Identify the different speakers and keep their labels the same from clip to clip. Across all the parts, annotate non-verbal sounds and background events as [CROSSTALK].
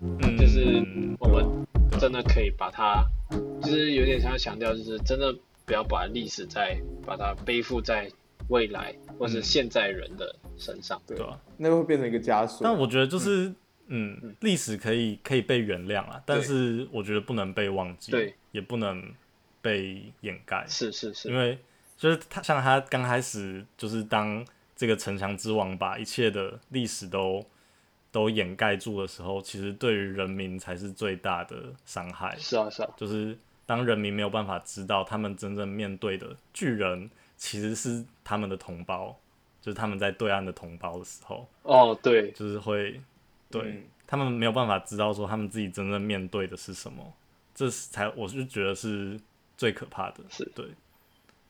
Speaker 1: 嗯，
Speaker 2: 就是我们
Speaker 1: 对
Speaker 2: 真的可以把它，就是有点想要强调，就是真的不要把历史再把它背负在未来或是
Speaker 1: 嗯
Speaker 2: 现在人的身上。
Speaker 1: 对啊，
Speaker 3: 那会变成一个枷锁。
Speaker 1: 但我觉得就是，嗯，历、史可以可以被原谅啊，但是我觉得不能被忘记，
Speaker 2: 对，
Speaker 1: 也不能被掩盖，
Speaker 2: 是是是
Speaker 1: 因，为就是他像他刚开始就是当这个城墙之王把一切的历史都都掩盖住的时候，其实对于人民才是最大的伤害，
Speaker 2: 是啊是啊，
Speaker 1: 就是当人民没有办法知道他们真正面对的巨人其实是他们的同胞，就是他们在对岸的同胞的时候，
Speaker 2: 哦对，
Speaker 1: 就是会对。
Speaker 3: 嗯
Speaker 1: 他们没有办法知道说他们自己真正面对的是什么，这是才我是觉得是最可怕的，
Speaker 2: 是
Speaker 1: 对。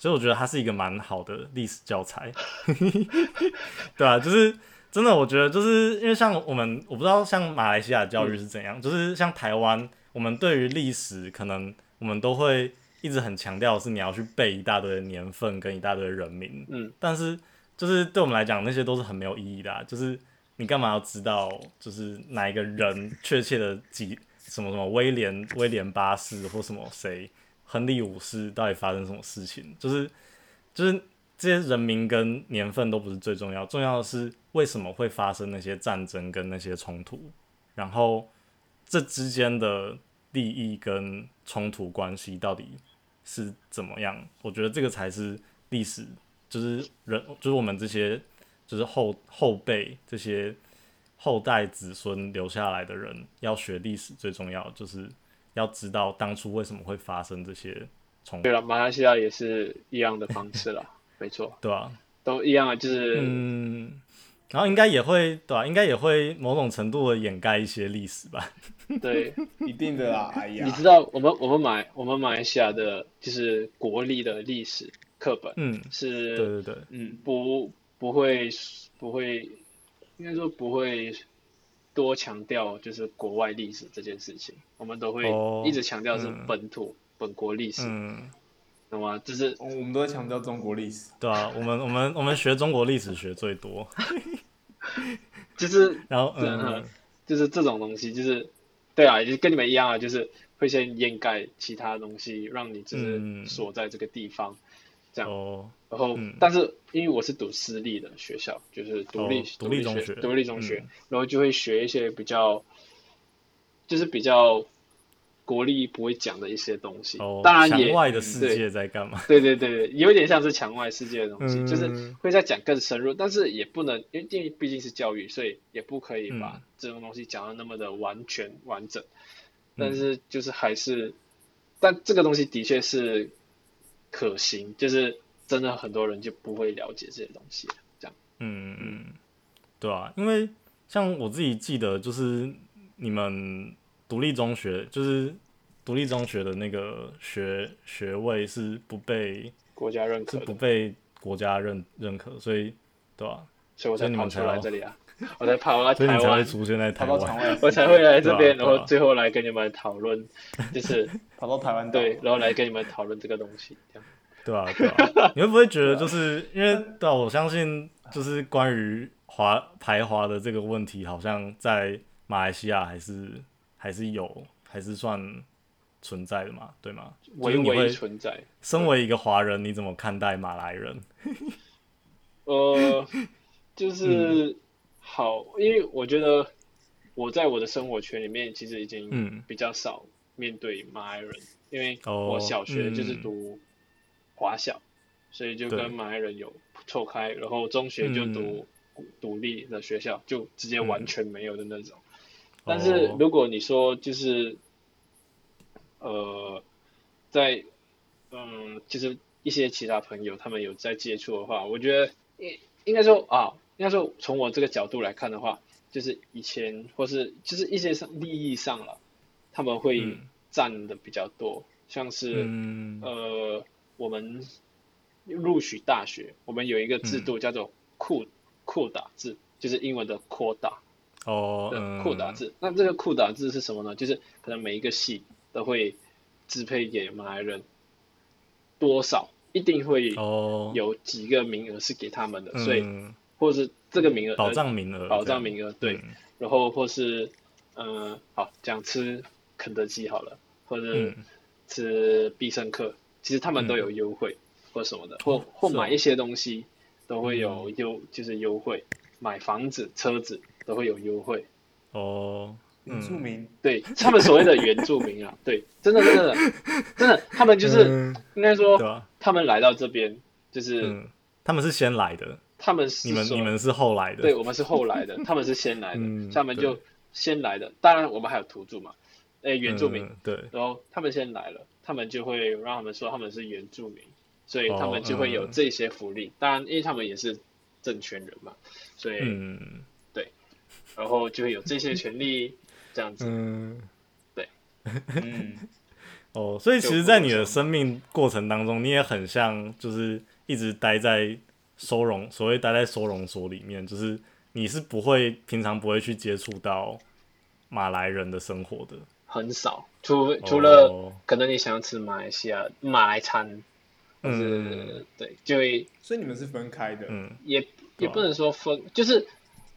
Speaker 1: 所以我觉得它是一个蛮好的历史教材， [LAUGHS] 对啊，就是真的，我觉得就是因为像我们，我不知道像马来西亚的教育是怎
Speaker 2: 嗯
Speaker 1: 样，就是像台湾，我们对于历史可能我们都会一直很强调的是你要去背一大堆的年份跟一大堆的人名，
Speaker 2: 嗯，
Speaker 1: 但是就是对我们来讲，那些都是很没有意义的、啊。就是你干嘛要知道，就是哪一个人确切的几什么什么威廉威廉八世或什么谁亨利五世到底发生什么事情？就是就是这些人名跟年份都不是最重要，重要的是为什么会发生那些战争跟那些冲突，然后这之间的利益跟冲突关系到底是怎么样？我觉得这个才是历史，就是人，就是我们这些就是后后辈这些后代子孙留下来的人要学历史最重要，就是要知道当初为什么会发生这些冲突
Speaker 2: 对，了，马来西亚也是一样的方式 [LAUGHS] 啦，没错，
Speaker 1: 对吧、
Speaker 2: 都一样啊，就是
Speaker 1: 嗯，然后应该也会对吧、应该也会某种程度的掩盖一些历史吧。
Speaker 2: [LAUGHS] 对，
Speaker 3: 一定的啦，哎呀，
Speaker 2: 你知道我们我们马我们马来西亚的就是国立的历史课本
Speaker 1: 嗯，
Speaker 2: 是
Speaker 1: 对对对，
Speaker 2: 嗯，不不会不会，应该说不会多强调就是国外历史这件事情，我们都会
Speaker 1: 哦
Speaker 2: 一直强调是
Speaker 1: 嗯
Speaker 2: 本土、本国历史，
Speaker 1: 嗯，
Speaker 2: 懂吗？就是
Speaker 3: 哦我我们都在强调中国历史，
Speaker 1: 对啊，我们我们我们学中国历史学最多，
Speaker 2: 就是
Speaker 1: 然后
Speaker 2: 对
Speaker 1: 嗯，
Speaker 2: 嗯
Speaker 1: 嗯
Speaker 2: 就是这种东西，就是对啊，就是跟你们一样啊，就是会先掩盖其他东西，让你就
Speaker 1: 嗯
Speaker 2: 是锁在这个地方，这样。
Speaker 1: 哦，
Speaker 2: 然后，
Speaker 1: 嗯
Speaker 2: 但是因为我是读私立的学校，就是独立、
Speaker 1: 哦独立中
Speaker 2: 学
Speaker 1: 学
Speaker 2: 独立中学
Speaker 1: 嗯，
Speaker 2: 然后就会学一些比较，就是比较国力不会讲的一些东西。
Speaker 1: 哦，
Speaker 2: 当然
Speaker 1: 墙
Speaker 2: 也嗯
Speaker 1: 外的世界在干嘛？
Speaker 2: 对对对对，有点像是墙外世界的东西，
Speaker 1: 嗯
Speaker 2: 就是会再讲更深入，但是也不能，因为因为毕竟是教育，所以也不可以把
Speaker 1: 嗯
Speaker 2: 这种东西讲的那么的完全完整。
Speaker 1: 嗯
Speaker 2: 但是就是还是，但这个东西的确是可行，就是真的很多人就不会了解这些东西了。
Speaker 1: 嗯嗯，对啊，因为像我自己记得，就是你们独立中学，就是独立中学的那个学学位是不被
Speaker 2: 国家认
Speaker 1: 是
Speaker 2: 可
Speaker 1: 不
Speaker 2: 的，
Speaker 1: 被国家认认可，所以对吧、
Speaker 2: 所以我才
Speaker 1: 所以你们
Speaker 2: 跑出
Speaker 1: 才
Speaker 2: 来
Speaker 1: 要
Speaker 2: 这里啊，我才跑到
Speaker 1: [LAUGHS] 所以
Speaker 2: 台
Speaker 1: 你才会
Speaker 2: 湾，
Speaker 1: 出现在台
Speaker 3: 跑到场
Speaker 1: 湾。
Speaker 2: [LAUGHS]
Speaker 3: 外，
Speaker 2: 我才会来这边，
Speaker 1: 对啊对
Speaker 2: 然
Speaker 1: 啊
Speaker 2: 后最后来跟你们讨论，就是
Speaker 3: 跑到台湾
Speaker 1: [LAUGHS]
Speaker 3: 岛
Speaker 2: 对，然后来跟你们讨论这个东西，这样。
Speaker 1: 对啊，对啊，你会不会觉得就是因为对啊，我相信就是关于华排华的这个问题，好像在马来西亚还是还是有，还是算存在的嘛，对吗？就是
Speaker 2: 微
Speaker 1: 你
Speaker 2: 微
Speaker 1: 会
Speaker 2: 存在。
Speaker 1: 身为一个华人，你怎么看待马来人？
Speaker 2: 呃，
Speaker 1: [LAUGHS] 嗯
Speaker 2: 就是好，因为我觉得我在我的生活圈里面，其实已经
Speaker 1: 嗯，
Speaker 2: 比较少面对马来人，因为
Speaker 1: 哦
Speaker 2: 我小学就是
Speaker 1: 嗯
Speaker 2: 读华小，所以就
Speaker 1: 对
Speaker 2: 跟马来人有错开，然后中学就
Speaker 1: 嗯
Speaker 2: 读独立的学校，就直接
Speaker 1: 嗯
Speaker 2: 完全没有的那种。但是
Speaker 1: 哦
Speaker 2: 如果你说就是，呃，在嗯，就是一些其他朋友他们有在接触的话，我觉得应应该说啊，应该说从我这个角度来看的话，就是以前或是就是一些上利益上了，他们会
Speaker 1: 嗯
Speaker 2: 占的比较多，像是。
Speaker 1: 嗯，
Speaker 2: 呃，我们录取大
Speaker 1: 嗯
Speaker 2: 学，我们有一个制度叫做库库打制，就是英文的 quota，
Speaker 1: 哦，
Speaker 2: 的
Speaker 1: 嗯
Speaker 2: 库达制。那这个库达制是什么呢？就是可能每一个系都会支配给马来人多少，一定会
Speaker 1: 哦，
Speaker 2: 有几个名额是给他们的，所以
Speaker 1: 嗯
Speaker 2: 或者是这个名额呃
Speaker 1: 保障名额，
Speaker 2: 保障
Speaker 1: 额，
Speaker 2: 名额对，
Speaker 1: 嗯
Speaker 2: 然后或是嗯好讲吃肯德基好了，或者
Speaker 1: 嗯
Speaker 2: 吃必胜客，其实他们都有优惠或什么的，或或
Speaker 1: 是哦嗯
Speaker 2: 买一些东西都会有优就是优惠，买房子车子都会有优惠。
Speaker 1: 哦，
Speaker 3: 原住
Speaker 1: [LAUGHS]
Speaker 3: 民
Speaker 2: 对他们所谓的原住民啊，对，真的真的真的，他们就是
Speaker 1: 嗯
Speaker 2: 应该
Speaker 1: 对
Speaker 2: 说，
Speaker 1: 吧？
Speaker 2: 他们来到这边，就是
Speaker 1: 嗯，他们是先来的，
Speaker 2: 他们是
Speaker 1: 你们
Speaker 2: 说
Speaker 1: 你们是后来的，
Speaker 2: 对，我们是后
Speaker 1: [LAUGHS]
Speaker 2: 来的，他们是先来的，
Speaker 1: 嗯
Speaker 2: 他们就
Speaker 1: 对
Speaker 2: 先来的。当然，我们还有土著嘛，哎，原住民，
Speaker 1: 嗯，对，
Speaker 2: 然后他们先来了，他们就会让他们说他们是原住民，所以
Speaker 1: 哦
Speaker 2: 他们就会有
Speaker 1: 嗯
Speaker 2: 这些福利。当然，因为他们也是政权人嘛，所以、
Speaker 1: 嗯
Speaker 2: 然后就会有这些权利，这样子。
Speaker 1: 嗯。
Speaker 3: 嗯，
Speaker 1: 哦，所以其
Speaker 2: 就
Speaker 1: 实，
Speaker 2: 不
Speaker 1: 在
Speaker 2: 会
Speaker 1: 你
Speaker 2: 说
Speaker 1: 的生命过程当中，你也很像，就是一直待在收容，所谓待在收容所里面，就是你是不会平常不会去接触到马来人的生活的。
Speaker 2: 很少，除除
Speaker 1: 哦
Speaker 2: 了、可能你想要吃马来西亚马来餐，或是、
Speaker 1: 嗯
Speaker 2: 对，就会
Speaker 3: 所以你们是分开的，
Speaker 1: 嗯
Speaker 2: 也也
Speaker 1: 啊
Speaker 2: 不能说分，就是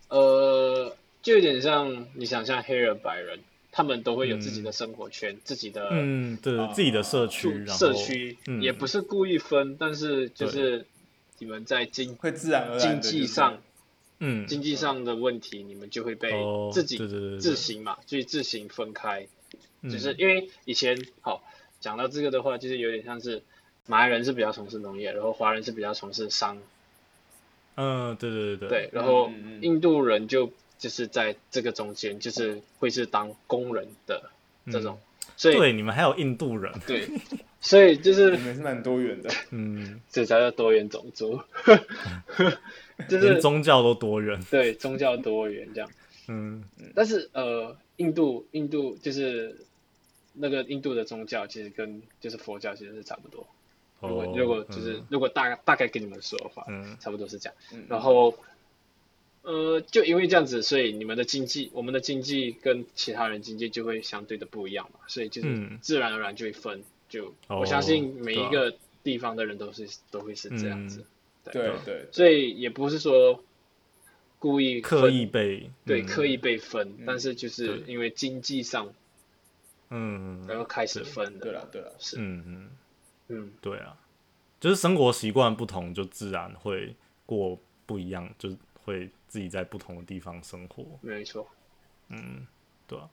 Speaker 2: 呃，就有点像你想象黑人白人，他们都会有自己的生活圈，自己的
Speaker 1: 嗯，对，
Speaker 3: 啊
Speaker 1: 自己的社区
Speaker 2: 住，
Speaker 1: 然后
Speaker 2: 呃社区，
Speaker 1: 嗯
Speaker 2: 也不是故意分，但是就是你们在经
Speaker 3: 会自然而然
Speaker 2: 经
Speaker 3: 地
Speaker 2: 济
Speaker 3: 就是
Speaker 2: 上
Speaker 1: 嗯
Speaker 2: 经济上的问题，你们就会被
Speaker 1: 哦，
Speaker 2: 自己
Speaker 1: 对对对对
Speaker 2: 自行嘛，所以自行分开。
Speaker 1: 嗯
Speaker 2: 就是因为以前好讲到这个的话，就是有点像是马来人是比较从事农业，然后华人是比较从事商，
Speaker 1: 嗯，对对对
Speaker 2: 对，然后
Speaker 3: 嗯嗯嗯
Speaker 2: 印度人就就是在这个中间，就是会是当工人的这种，所
Speaker 1: 对，
Speaker 2: 以
Speaker 1: 对你们还有印度人，
Speaker 2: 对，所以就是
Speaker 3: 你们是蛮多元的，
Speaker 1: 嗯，
Speaker 2: 这才叫多元种族， [LAUGHS] 就
Speaker 1: 连
Speaker 2: 是
Speaker 1: 宗教都多元，
Speaker 2: 对宗教多元这样。
Speaker 1: 嗯
Speaker 2: 但是呃，印度印度就是那个印度的宗教其实跟就是佛教其实是差不多。
Speaker 1: 哦
Speaker 2: 如果如果就是、如果大大概跟你们说的话，
Speaker 1: 嗯
Speaker 2: 差不多是这样。
Speaker 3: 嗯
Speaker 2: 然后呃，就因为这样子，所以你们的经济，我们的经济跟其他人经济就会相对的不一样嘛，所以就是
Speaker 1: 嗯
Speaker 2: 自然而然就会分。就我
Speaker 1: 哦
Speaker 2: 相信每
Speaker 1: 对
Speaker 2: 一
Speaker 1: 啊
Speaker 2: 个地方的人都是、都会是这样子
Speaker 1: 嗯，
Speaker 3: 对对，
Speaker 2: 所以也不是说故意
Speaker 1: 刻
Speaker 2: 分
Speaker 1: 意被
Speaker 2: 对，
Speaker 1: 嗯
Speaker 2: 刻意被分，但
Speaker 3: 嗯
Speaker 2: 是就是
Speaker 1: 对
Speaker 2: 因为经济上，
Speaker 1: 嗯
Speaker 2: 然后开始分
Speaker 3: 对
Speaker 2: 的。
Speaker 3: 了对了，
Speaker 2: 是，
Speaker 1: 嗯嗯。
Speaker 2: 嗯，
Speaker 1: 对啊，就是生活习惯不同，就自然会过不一样，就是会自己在不同的地方生活，
Speaker 2: 没错。
Speaker 1: 对啊。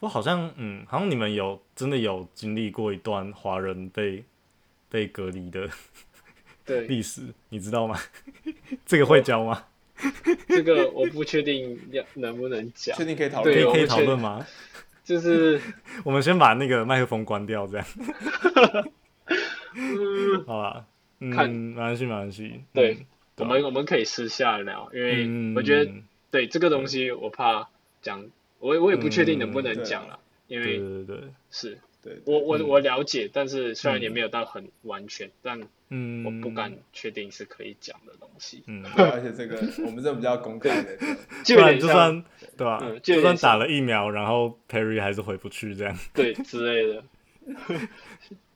Speaker 1: 不过好像，嗯，好像你们有真的有经历过一段华人被被隔离的
Speaker 2: 对，
Speaker 1: 历史，你知道吗？ [LAUGHS] 这个会教吗？
Speaker 2: 这个我不确定要能不能讲
Speaker 3: 确，定可以讨
Speaker 1: 可
Speaker 3: 论
Speaker 1: 以
Speaker 2: 对
Speaker 3: 吗，
Speaker 1: 可以
Speaker 2: 我不
Speaker 1: 讨
Speaker 2: 确
Speaker 1: 论吗？
Speaker 2: 就是
Speaker 1: 我们先把那个麦克风关掉，这样
Speaker 2: 嗯，
Speaker 1: 好吧？嗯，
Speaker 2: 看
Speaker 1: 没关系，没关系。
Speaker 2: 对
Speaker 1: 嗯，
Speaker 2: 我
Speaker 1: 对啊
Speaker 2: 们我们可以私下聊，因
Speaker 1: 嗯，
Speaker 2: 为我觉得对这个东西我怕讲，我我也不确定能不
Speaker 3: 嗯
Speaker 2: 能
Speaker 3: 对
Speaker 2: 讲了，因
Speaker 1: 对
Speaker 2: 为
Speaker 1: 对对对，
Speaker 2: 是
Speaker 3: 对，
Speaker 2: 我我
Speaker 1: 嗯
Speaker 2: 我了解，但是虽然也没有到很完全，但
Speaker 1: 嗯，
Speaker 2: 我不敢确定是可以讲的东西，
Speaker 1: 嗯，
Speaker 3: 对啊而且这个我们这种比较公开的，对
Speaker 2: 就
Speaker 1: 不
Speaker 2: 有
Speaker 1: 然
Speaker 2: 点
Speaker 1: 就
Speaker 2: 像
Speaker 1: 算对吧、
Speaker 2: 嗯就有
Speaker 1: 就算
Speaker 2: 点像
Speaker 1: 打了疫苗，然后 Perry 还是回不去
Speaker 2: [LAUGHS]
Speaker 1: 这样。
Speaker 2: 对之
Speaker 1: [LAUGHS]
Speaker 2: 类的。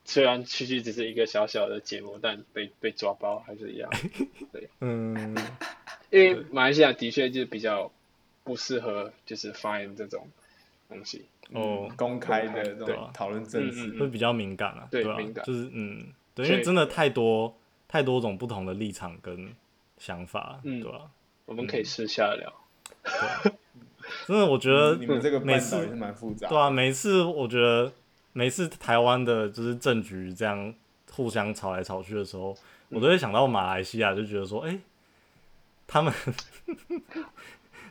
Speaker 2: 虽然区区只是一个小小的节目，但被被抓包还是
Speaker 1: [LAUGHS]
Speaker 2: 一样。
Speaker 1: 嗯，
Speaker 2: 因为马来西亚的确就是比较不适合就是 fine 这种东西。
Speaker 1: 哦
Speaker 3: 嗯公开的这
Speaker 1: 对
Speaker 3: 种
Speaker 1: 啊
Speaker 3: 讨论政治
Speaker 2: 嗯嗯，
Speaker 1: 会比较敏感啊，
Speaker 2: 对
Speaker 1: 对吧、
Speaker 2: 敏感
Speaker 1: 就是嗯，对，
Speaker 2: 所
Speaker 1: 因
Speaker 2: 以
Speaker 1: 为真的太多太多种不同的立场跟想法，
Speaker 2: 嗯
Speaker 1: 对啊吧、
Speaker 2: 我们可以私下聊。
Speaker 1: 真的，我觉
Speaker 2: 嗯
Speaker 1: 得
Speaker 3: 你们这个
Speaker 1: 嗯每
Speaker 3: 半
Speaker 1: 次
Speaker 3: 岛也是蛮复杂的，
Speaker 1: 对啊，每次我觉得每次台湾的就是政局这样互相吵来吵去的时候，我都会想到马来西亚，就觉得说，哎、他们 [LAUGHS]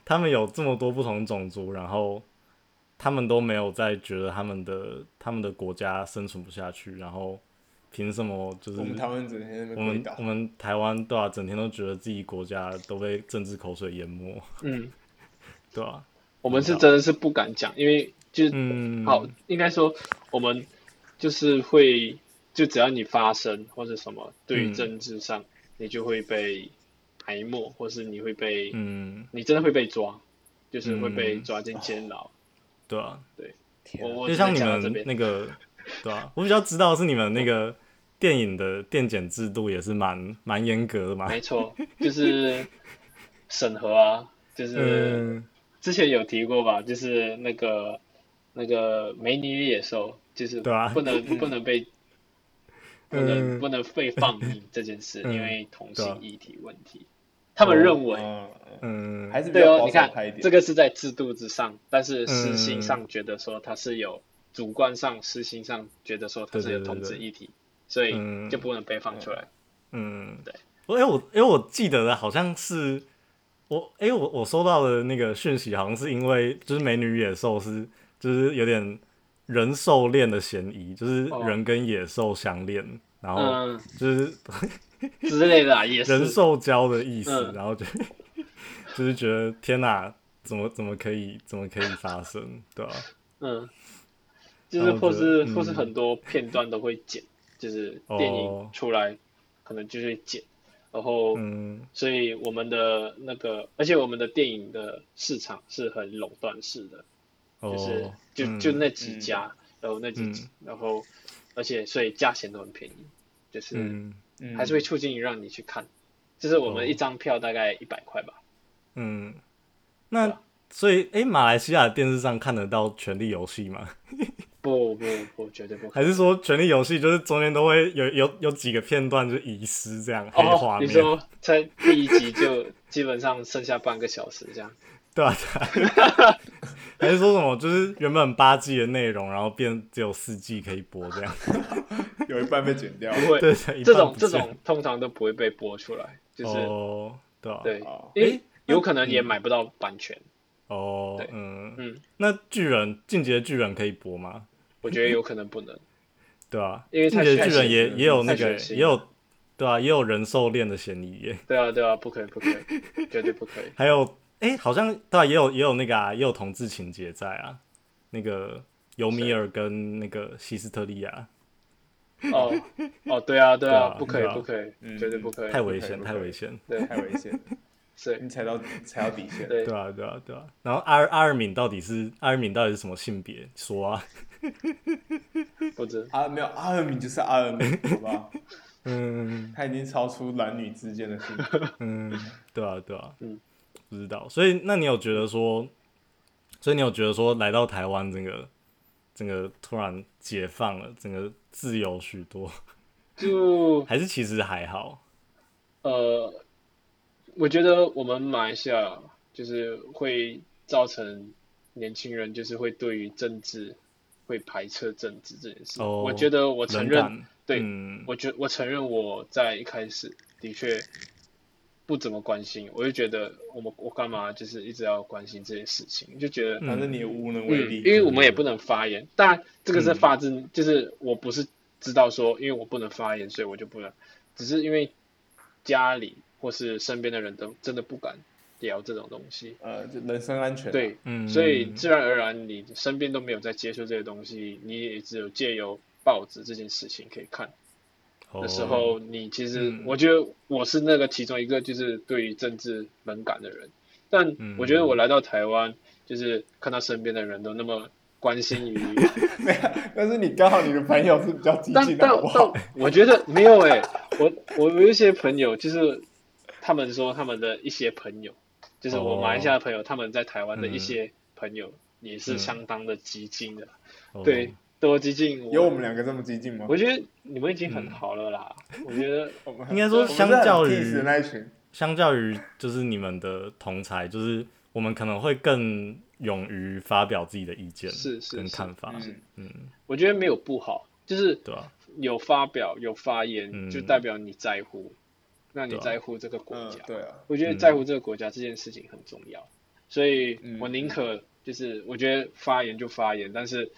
Speaker 1: 他们有这么多不同种族，然后他们都没有再觉得他们的他们的国家生存不下去，然后凭什么就是
Speaker 3: 我们台湾整天在那
Speaker 1: 我
Speaker 3: 边跪
Speaker 1: 们
Speaker 3: 倒
Speaker 1: 我，们台湾对啊，整天都觉得自己国家都被政治口水淹没，
Speaker 2: 嗯，
Speaker 1: 对啊，
Speaker 2: 我们是真的是不敢讲，因为就是、
Speaker 1: 嗯，
Speaker 2: 好，应该说我们就是会，就只要你发声或者什么，对于
Speaker 1: 嗯
Speaker 2: 政治上、你就会被埋没，或是你会被、
Speaker 1: 嗯，
Speaker 2: 你真的会被抓。就是会被
Speaker 1: 嗯
Speaker 2: 抓进监牢。
Speaker 1: 对啊，
Speaker 4: 天
Speaker 2: 我
Speaker 4: 啊
Speaker 2: 我
Speaker 1: 就
Speaker 2: 只
Speaker 1: 像
Speaker 2: 能
Speaker 1: 你
Speaker 2: 讲到这
Speaker 1: 们
Speaker 2: 边，
Speaker 1: 那
Speaker 2: [LAUGHS]
Speaker 1: 个，对啊，我比较知道是你们那个电影的电检制度也是蛮蛮严格的嘛。
Speaker 2: 没错，就是审核啊，就
Speaker 1: [LAUGHS]
Speaker 2: 是
Speaker 1: 嗯，
Speaker 2: 之前有提过吧，就是那个那个美女与野兽，就是
Speaker 1: 对啊 [LAUGHS]
Speaker 2: 不能不能被不能
Speaker 1: 嗯
Speaker 2: 不能被放映这件事，
Speaker 1: 嗯
Speaker 2: 因为同
Speaker 1: 对啊
Speaker 2: 性议题问题，他们认为
Speaker 3: 嗯，嗯
Speaker 1: 嗯，
Speaker 3: 还是比
Speaker 2: 对
Speaker 3: 较
Speaker 2: 哦，
Speaker 3: 保
Speaker 2: 你
Speaker 3: 守
Speaker 2: 看
Speaker 3: 派一点。
Speaker 2: 这个是在制度之上，但是私
Speaker 1: 嗯
Speaker 2: 心上觉得说它是有主观上、私心上觉得说它
Speaker 1: 对
Speaker 2: 是有
Speaker 1: 对对
Speaker 2: 同
Speaker 1: 对
Speaker 2: 志议题，所
Speaker 1: 嗯
Speaker 2: 以就不能被放出来。
Speaker 1: 嗯，
Speaker 2: 对。
Speaker 1: 我哎、我哎、我记得的好像是我哎、我我收到的那个讯息，好像是因为就是美女与野兽是就是有点人兽恋的嫌疑，就是
Speaker 2: 哦
Speaker 1: 人跟野兽相恋，然后
Speaker 2: 嗯
Speaker 1: 就是
Speaker 2: 之类的啊，也
Speaker 1: 人
Speaker 2: 是。
Speaker 1: 兽交的意思，
Speaker 2: 嗯
Speaker 1: 然后就就是觉得天哪、怎么怎么可以怎么可以发生，对吧、
Speaker 2: 嗯，就是
Speaker 1: 然后
Speaker 2: 或
Speaker 1: 我觉
Speaker 2: 是
Speaker 1: 得
Speaker 2: 或是
Speaker 1: 嗯
Speaker 2: 很多片段都会剪，就是电
Speaker 1: 哦
Speaker 2: 影出来可能就会剪，然后
Speaker 1: 嗯
Speaker 2: 所以我们的那个，而且我们的电影的市场是很垄断式的，
Speaker 1: 哦，
Speaker 2: 就是就
Speaker 1: 嗯
Speaker 2: 就那几家，然后那几
Speaker 1: 嗯
Speaker 2: 家，然后而且所以价钱都很便宜，就是
Speaker 1: 嗯
Speaker 3: 嗯
Speaker 2: 还是会促进让你去看，就是我
Speaker 1: 哦
Speaker 2: 们一张票大概一百块吧，
Speaker 1: 嗯，那、
Speaker 2: 对啊
Speaker 1: 所以哎、马来西亚的电视上看得到《权力游戏》吗？ [LAUGHS]
Speaker 2: 不不不，绝对不可
Speaker 1: 还是说《权力游戏》就是中间都会有有有几个片段就遗失这样黑
Speaker 2: 能。哦
Speaker 1: 画，
Speaker 2: 你
Speaker 1: 面，
Speaker 2: 说在第一集就 [LAUGHS] 基本上剩下半个小时这样，
Speaker 1: 对啊对啊， [LAUGHS] 还是说什么就是原本八季的内容，然后变只有四季可以播这样？ [LAUGHS]
Speaker 3: [LAUGHS] 有一半被剪掉。
Speaker 2: 不会，
Speaker 1: 对，对一
Speaker 2: 这
Speaker 1: 半
Speaker 2: 种
Speaker 1: 不
Speaker 2: 这
Speaker 1: 见
Speaker 2: 种通常都不会被播出来，就是、
Speaker 1: 哦，对啊，
Speaker 2: 对
Speaker 3: 哦，
Speaker 2: 因
Speaker 1: 诶
Speaker 2: 为有可能也买不到版权，
Speaker 1: 哦
Speaker 2: 对，
Speaker 1: 嗯
Speaker 2: 嗯，
Speaker 1: 那巨人进击的巨人可以播吗？
Speaker 2: 我觉得有可能不能，
Speaker 1: 对啊，
Speaker 2: 因为
Speaker 1: 进
Speaker 2: 太
Speaker 1: 击的
Speaker 2: 太
Speaker 1: 巨人
Speaker 2: 血
Speaker 1: 也
Speaker 3: 腥了
Speaker 1: 也有那
Speaker 2: 太
Speaker 1: 个
Speaker 2: 血腥
Speaker 1: 也有对啊，也有人兽恋的嫌疑耶，
Speaker 2: 对啊对啊，不可以不可以，
Speaker 1: [LAUGHS]
Speaker 2: 绝对不可以。
Speaker 1: 还有哎、好像对啊，也有也有那个啊，也有同志情节在啊，那个尤米尔跟那个西斯特利亚。
Speaker 2: 哦哦，对啊，对
Speaker 1: 对啊
Speaker 2: 啊，不可以
Speaker 1: 对啊，
Speaker 2: 不可以，
Speaker 3: 嗯
Speaker 2: 绝对不可以。
Speaker 1: 太危险，
Speaker 3: 不可以
Speaker 1: 太危险。
Speaker 2: 对
Speaker 3: 太危险了，
Speaker 2: 对
Speaker 3: 你踩到踩到底线。
Speaker 2: 对
Speaker 1: 对啊，对啊，对啊。然后阿尔阿尔敏到底是阿尔敏到底是什么性别？说啊， [LAUGHS]
Speaker 2: 不知
Speaker 3: 啊，没有阿尔敏就是阿尔敏，好不好？
Speaker 1: 嗯
Speaker 3: 他已经超出男女之间的性别。
Speaker 1: 嗯，对啊，对啊，
Speaker 2: 嗯，
Speaker 1: 不知道。所以那你有觉得说，所以你有觉得说来到台湾整个整个突然解放了，整个自由许多， [LAUGHS]
Speaker 2: 就
Speaker 1: 还是其实还好？
Speaker 2: 呃，我觉得我们马来西亚就是会造成年轻人就是会对于政治会排斥政治这件事。
Speaker 1: 哦
Speaker 2: 我觉得我承
Speaker 1: 冷
Speaker 2: 认，
Speaker 1: 感
Speaker 2: 对
Speaker 1: 嗯
Speaker 2: 我觉我承认我在一开始的确不怎么关心，我就觉得我们我干嘛就是一直要关心这些事情，就觉得
Speaker 3: 反正你也无能为
Speaker 2: 嗯，
Speaker 3: 力。
Speaker 2: 因为我们也不能发言。当然，
Speaker 1: 嗯
Speaker 2: 这个是发自，就是我不是知道说，因为我不能发言，所以我就不能，只是因为家里或是身边的人都真的不敢聊这种东西，
Speaker 3: 呃，就人身安全啊。
Speaker 2: 对，
Speaker 1: 嗯，
Speaker 2: 所以自然而然你身边都没有在接触这些东西，你也只有借由报纸这件事情可以看的时
Speaker 1: 哦，
Speaker 2: 候，你其实
Speaker 1: 嗯
Speaker 2: 我觉得我是那个其中一个就是对于政治敏感的人，但
Speaker 1: 嗯
Speaker 2: 我觉得我来到台湾，就是看到身边的人都那么关
Speaker 1: [LAUGHS]
Speaker 2: 心于。
Speaker 3: 没有，但是你刚好你的朋友是比较激
Speaker 2: 但
Speaker 3: 进的，
Speaker 2: 但
Speaker 3: 好不好？
Speaker 2: 但我觉得没有哎、我我有一些朋友就是他们说他们的一些朋友，就是我
Speaker 1: 哦
Speaker 2: 马来西亚的朋友，他们在台湾的
Speaker 1: 嗯
Speaker 2: 一些朋友也
Speaker 1: 嗯
Speaker 2: 是相当的激进的，
Speaker 1: 哦
Speaker 2: 对，多激进我。
Speaker 3: 有我们两个这么激进吗？
Speaker 2: 我觉得你们已经很好了啦，我觉得
Speaker 3: 我们
Speaker 1: 应该说
Speaker 3: 我们是
Speaker 1: 相较于
Speaker 3: 很 peace 的那一群，
Speaker 1: 相较于就是你们的同才，就是我们可能会更勇于发表自己的意见
Speaker 2: 是是
Speaker 1: 跟
Speaker 2: 啊是
Speaker 1: 看法，
Speaker 3: 嗯，
Speaker 1: 嗯，
Speaker 2: 我觉得没有不好，就是
Speaker 1: 对啊吧、
Speaker 2: 有发表有发
Speaker 1: 嗯
Speaker 2: 言，就代表你在乎，那你
Speaker 1: 对啊
Speaker 2: 在乎这个国
Speaker 3: 嗯
Speaker 2: 家，。
Speaker 3: 对啊，
Speaker 2: 我觉得
Speaker 1: 嗯
Speaker 2: 在乎这个国家这件事情很重要，所以
Speaker 3: 嗯
Speaker 2: 我宁可就是我觉得发言就发言，但是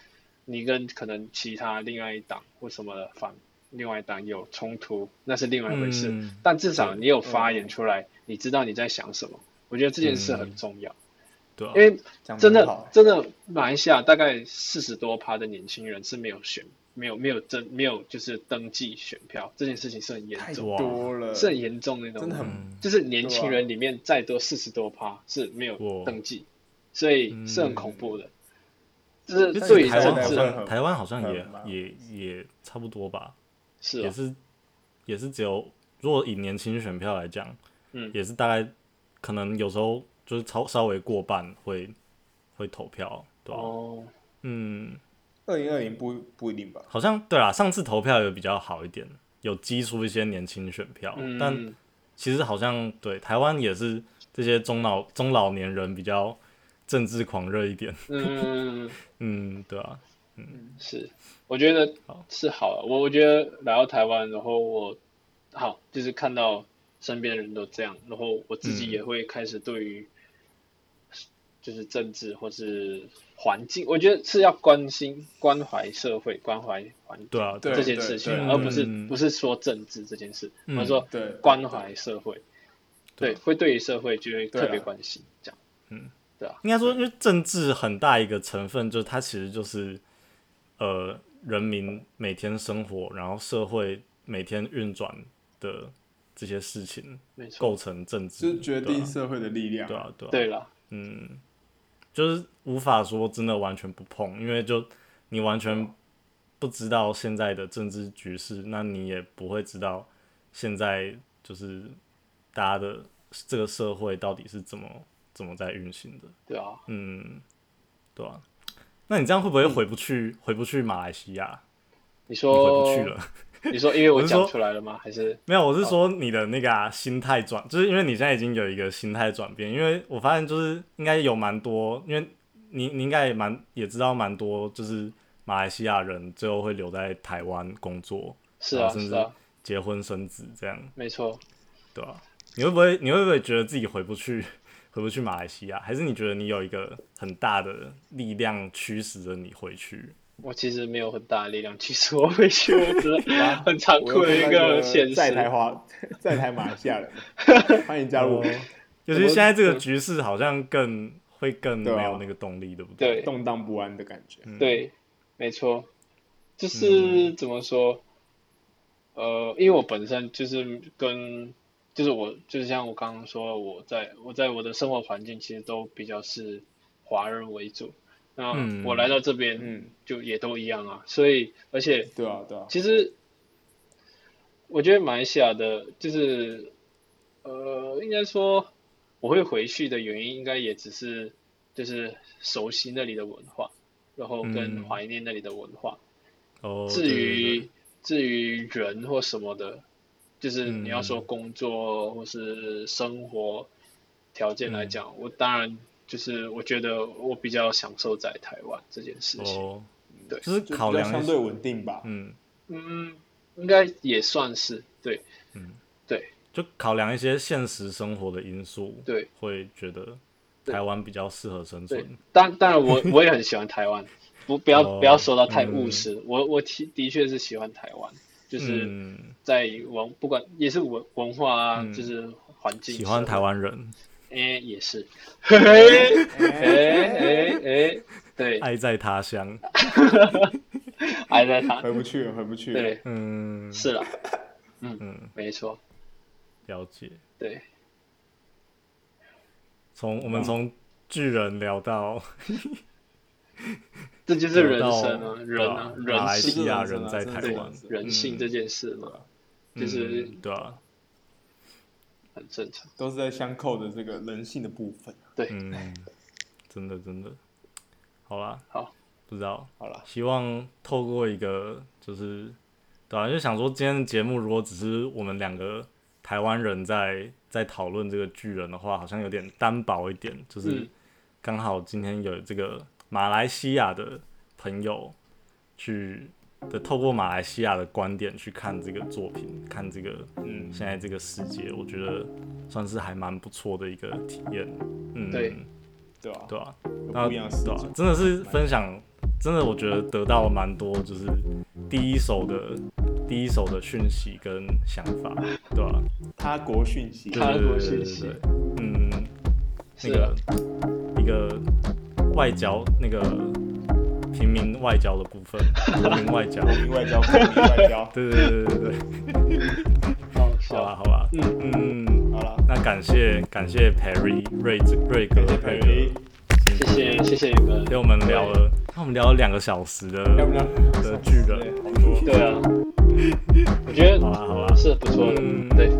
Speaker 2: 你跟可能其他另外一党或什么的反另外一党有冲突，那是另外一回事。
Speaker 1: 嗯
Speaker 2: 但至少你有发
Speaker 3: 嗯
Speaker 2: 言出来，你知道你在想什么。我觉得这件事很重要，
Speaker 1: 对啊吧、
Speaker 2: 因为
Speaker 3: 讲得
Speaker 2: 真
Speaker 3: 很
Speaker 2: 的
Speaker 3: 好
Speaker 2: 真的马来西亚大概四十多趴的年轻人是没有选没有没有真没有就是登记选票这件事情是很
Speaker 3: 太
Speaker 2: 严重，
Speaker 3: 多了，
Speaker 2: 是很严重的那种
Speaker 3: 真的
Speaker 2: 问题
Speaker 3: 很
Speaker 1: 嗯
Speaker 2: 就是年轻人里面再多四十多趴是没有登记，所
Speaker 1: 嗯
Speaker 2: 以是很恐怖的。就是
Speaker 1: 就
Speaker 2: 对
Speaker 1: 是
Speaker 2: 于
Speaker 1: 台湾
Speaker 2: 政
Speaker 1: 好
Speaker 2: 治
Speaker 3: 这很
Speaker 1: 像台湾好像也
Speaker 3: 很麻
Speaker 1: 也也差不多吧，
Speaker 2: 是、
Speaker 1: 也
Speaker 2: 哦、
Speaker 1: 是也是只有如果以年轻选票来讲，
Speaker 2: 嗯
Speaker 1: 也是大概可能有时候就是超稍微过半会会投票，对吧、
Speaker 2: 哦，
Speaker 1: 嗯，
Speaker 3: 二零二零不不一定吧？
Speaker 1: 好像对啦，上次投票有比较好一点，有激出一些年轻选票，
Speaker 2: 嗯，
Speaker 1: 但其实好像对台湾也是这些中老中老年人比较政治狂热一点，
Speaker 2: 嗯，
Speaker 1: 嗯，对啊，
Speaker 2: 是，我觉得
Speaker 1: 好
Speaker 2: 是好的。我我觉得来到台湾，然后我好就是看到身边人都这样，然后我自己
Speaker 1: 嗯
Speaker 2: 也会开始对于就是政治或是环境，我觉得是要关心关怀社会、关怀环境
Speaker 1: 对啊，
Speaker 3: 对
Speaker 2: 这件事情
Speaker 3: 对，
Speaker 2: 而不是
Speaker 1: 嗯
Speaker 2: 不是说政治这件事，
Speaker 1: 嗯
Speaker 2: 而是说
Speaker 3: 对，
Speaker 2: 关怀社会，
Speaker 1: 对
Speaker 2: 对，会对于社会就会特
Speaker 3: 对
Speaker 2: 别
Speaker 3: 啊
Speaker 2: 关心这样。
Speaker 1: 应该说，因为政治很大一个成分，就是它其实就是呃人民每天生活，然后社会每天运转的这些事情
Speaker 2: 没错，
Speaker 1: 构成政治，
Speaker 3: 就是决
Speaker 1: 对
Speaker 3: 定
Speaker 1: 啊
Speaker 3: 社会的力量。
Speaker 1: 对啊，对啊，
Speaker 2: 对了，
Speaker 1: 嗯，就是无法说真的完全不碰，因为就你完全不知道现在的政治局势，那你也不会知道现在就是大家的这个社会到底是怎么怎么在运行的。
Speaker 2: 对啊，
Speaker 1: 嗯，对啊。那你这样会不会回不去？回不去马来西亚？
Speaker 2: 你
Speaker 1: 你回
Speaker 2: 说
Speaker 1: 不去了？
Speaker 2: 你说因为我
Speaker 1: 我是
Speaker 2: 讲
Speaker 1: 说啊
Speaker 2: 出来了吗？还是
Speaker 1: 没有，我是说你的那个、啊、心态转，就是因为你现在已经有一个心态转变，因为我发现就是应该有蛮多，因为你你应该也蛮也知道蛮多，就是马来西亚人最后会留在台湾工作、
Speaker 2: 是
Speaker 1: 然
Speaker 2: 啊
Speaker 1: 后甚
Speaker 2: 是
Speaker 1: 至
Speaker 2: 啊，
Speaker 1: 结婚生子这样，
Speaker 2: 没错，
Speaker 1: 对吧、你会不会你会不会觉得自己回不去 [LAUGHS] 回不去马来西亚？还是你觉得你有一个很大的力量驱使着你回去？
Speaker 2: 我其实没有很大的力量，其实我回去，我觉得很残
Speaker 3: 啊我
Speaker 2: 酷
Speaker 3: 又
Speaker 2: 的
Speaker 3: 看
Speaker 2: 一
Speaker 3: 到
Speaker 2: 个现实。
Speaker 3: 在台华，在台马来西亚人，欢迎加
Speaker 2: 哦
Speaker 3: 入
Speaker 1: [LAUGHS]
Speaker 3: 我们
Speaker 1: 尤其是现在这个局势，好像更会更
Speaker 3: 对啊
Speaker 1: 没有那个动力，对不
Speaker 2: 对
Speaker 3: 动荡不安的感觉。
Speaker 2: 对，没错，就是、怎么说？呃，因为我本身就是跟，就是我，就是像我刚刚说，我在我在我的生活环境其实都比较是华人为主。那
Speaker 1: 嗯
Speaker 2: 我来到这边
Speaker 3: 嗯，
Speaker 2: 就也都一样啊，所以而且
Speaker 3: 对啊，对啊，
Speaker 2: 其实，我觉得马来西亚的，就是，呃，应该说我会回去的原因，应该也只是就是熟悉那里的文化，然后跟
Speaker 1: 嗯
Speaker 2: 怀念那里的文化。
Speaker 1: 哦，
Speaker 2: 至
Speaker 1: 对对
Speaker 2: 于
Speaker 1: 对
Speaker 2: 至于人或什么的，就是
Speaker 1: 嗯
Speaker 2: 你要说工作或是生活条件
Speaker 1: 嗯
Speaker 2: 来讲，我当然就是我觉得我比较享受在台湾这件事情。
Speaker 1: 哦，
Speaker 2: 对
Speaker 1: 就是
Speaker 3: 就比
Speaker 1: 考
Speaker 3: 较
Speaker 1: 量一
Speaker 3: 相对稳定吧。
Speaker 1: 嗯，
Speaker 2: 嗯，应该也算是对
Speaker 1: 就考量一些现实生活的因素，
Speaker 2: 对。
Speaker 1: 会觉得
Speaker 2: 对
Speaker 1: 台湾比较适合生
Speaker 2: 对
Speaker 1: 存。，
Speaker 2: 当当然
Speaker 1: [LAUGHS]
Speaker 2: 我我也很喜欢台湾，不不要
Speaker 1: 哦
Speaker 2: 不要说到太务
Speaker 1: 嗯
Speaker 2: 实，我我的的确是喜欢台湾，就是
Speaker 1: 嗯，
Speaker 2: 在文不管也是文文化啊，
Speaker 1: 嗯
Speaker 2: 就是环境
Speaker 1: 喜欢台，湾人，
Speaker 2: 哎、也是，嘿嘿哎
Speaker 3: 哎
Speaker 2: 哎哎，对，
Speaker 1: 爱在他乡。
Speaker 2: 爱在他，
Speaker 3: 回不去了，回不去了。
Speaker 2: 对，
Speaker 1: 哎嗯，
Speaker 2: 是啦，嗯
Speaker 1: 嗯，
Speaker 2: 没错，
Speaker 1: 了解。
Speaker 2: 对，
Speaker 1: 从我
Speaker 2: 嗯
Speaker 1: 们从巨人聊到
Speaker 2: 这就是人
Speaker 1: 聊到
Speaker 2: 生啊，人啊，
Speaker 1: 对马
Speaker 2: 人啊
Speaker 1: 来
Speaker 3: 是
Speaker 1: 西
Speaker 2: 性，
Speaker 1: 亚
Speaker 3: 这种
Speaker 1: 人在
Speaker 3: 真
Speaker 1: 台
Speaker 3: 的是
Speaker 1: 湾，
Speaker 3: 这种
Speaker 2: 人性这件事嘛，就是
Speaker 1: 嗯对啊，
Speaker 2: 很正常，
Speaker 3: 都是在相扣的这个人性的部分。
Speaker 1: 嗯，真的真的，好啦，
Speaker 2: 好，
Speaker 1: 不知道。
Speaker 3: 好了，
Speaker 1: 希望透过一个就是，对啊，就想说今天的节目如果只是我们两个台湾人在在讨论这个巨人的话，好像有点单薄一点。就是
Speaker 2: 嗯
Speaker 1: 刚好今天有这个马来西亚的朋友去的，透过马来西亚的观点去看这个作品，看这个嗯现在这个世界，我觉得算是还蛮不错的一个体验。嗯，
Speaker 2: 对
Speaker 3: 对吧？
Speaker 1: 对啊。
Speaker 3: 有
Speaker 1: 那
Speaker 3: 不一样的视
Speaker 1: 对
Speaker 3: 角
Speaker 1: 啊，。真的是分享，真的我觉得得到蛮多，就是第一手的第一手的讯息跟想法，对啊吧、
Speaker 3: 他国讯息，
Speaker 1: 对
Speaker 2: 他
Speaker 1: 对
Speaker 2: 国
Speaker 1: 对
Speaker 2: 讯
Speaker 1: 对
Speaker 2: 息
Speaker 1: 对，嗯，那
Speaker 2: 是啊
Speaker 1: 个一个外交那个平民外交的部
Speaker 2: [LAUGHS]
Speaker 1: 分，国民外交，
Speaker 3: 国民外交，国民外交。
Speaker 1: 对对对对对对，
Speaker 2: 好
Speaker 1: 好吧
Speaker 2: 笑，
Speaker 1: 好吧，
Speaker 2: 嗯
Speaker 1: 嗯，
Speaker 3: 好了，
Speaker 1: 那感谢感谢 Perry 瑞子瑞哥
Speaker 3: 感谢
Speaker 1: 瑞
Speaker 3: Perry
Speaker 1: 哥
Speaker 2: 谢谢谢谢你们，
Speaker 1: 所以我们聊了，那我们聊了两个小时的
Speaker 3: 要不然
Speaker 1: 的巨人，
Speaker 2: 对啊，我觉得
Speaker 1: 好啦好啦
Speaker 2: 是不错的，
Speaker 1: 嗯
Speaker 2: 对，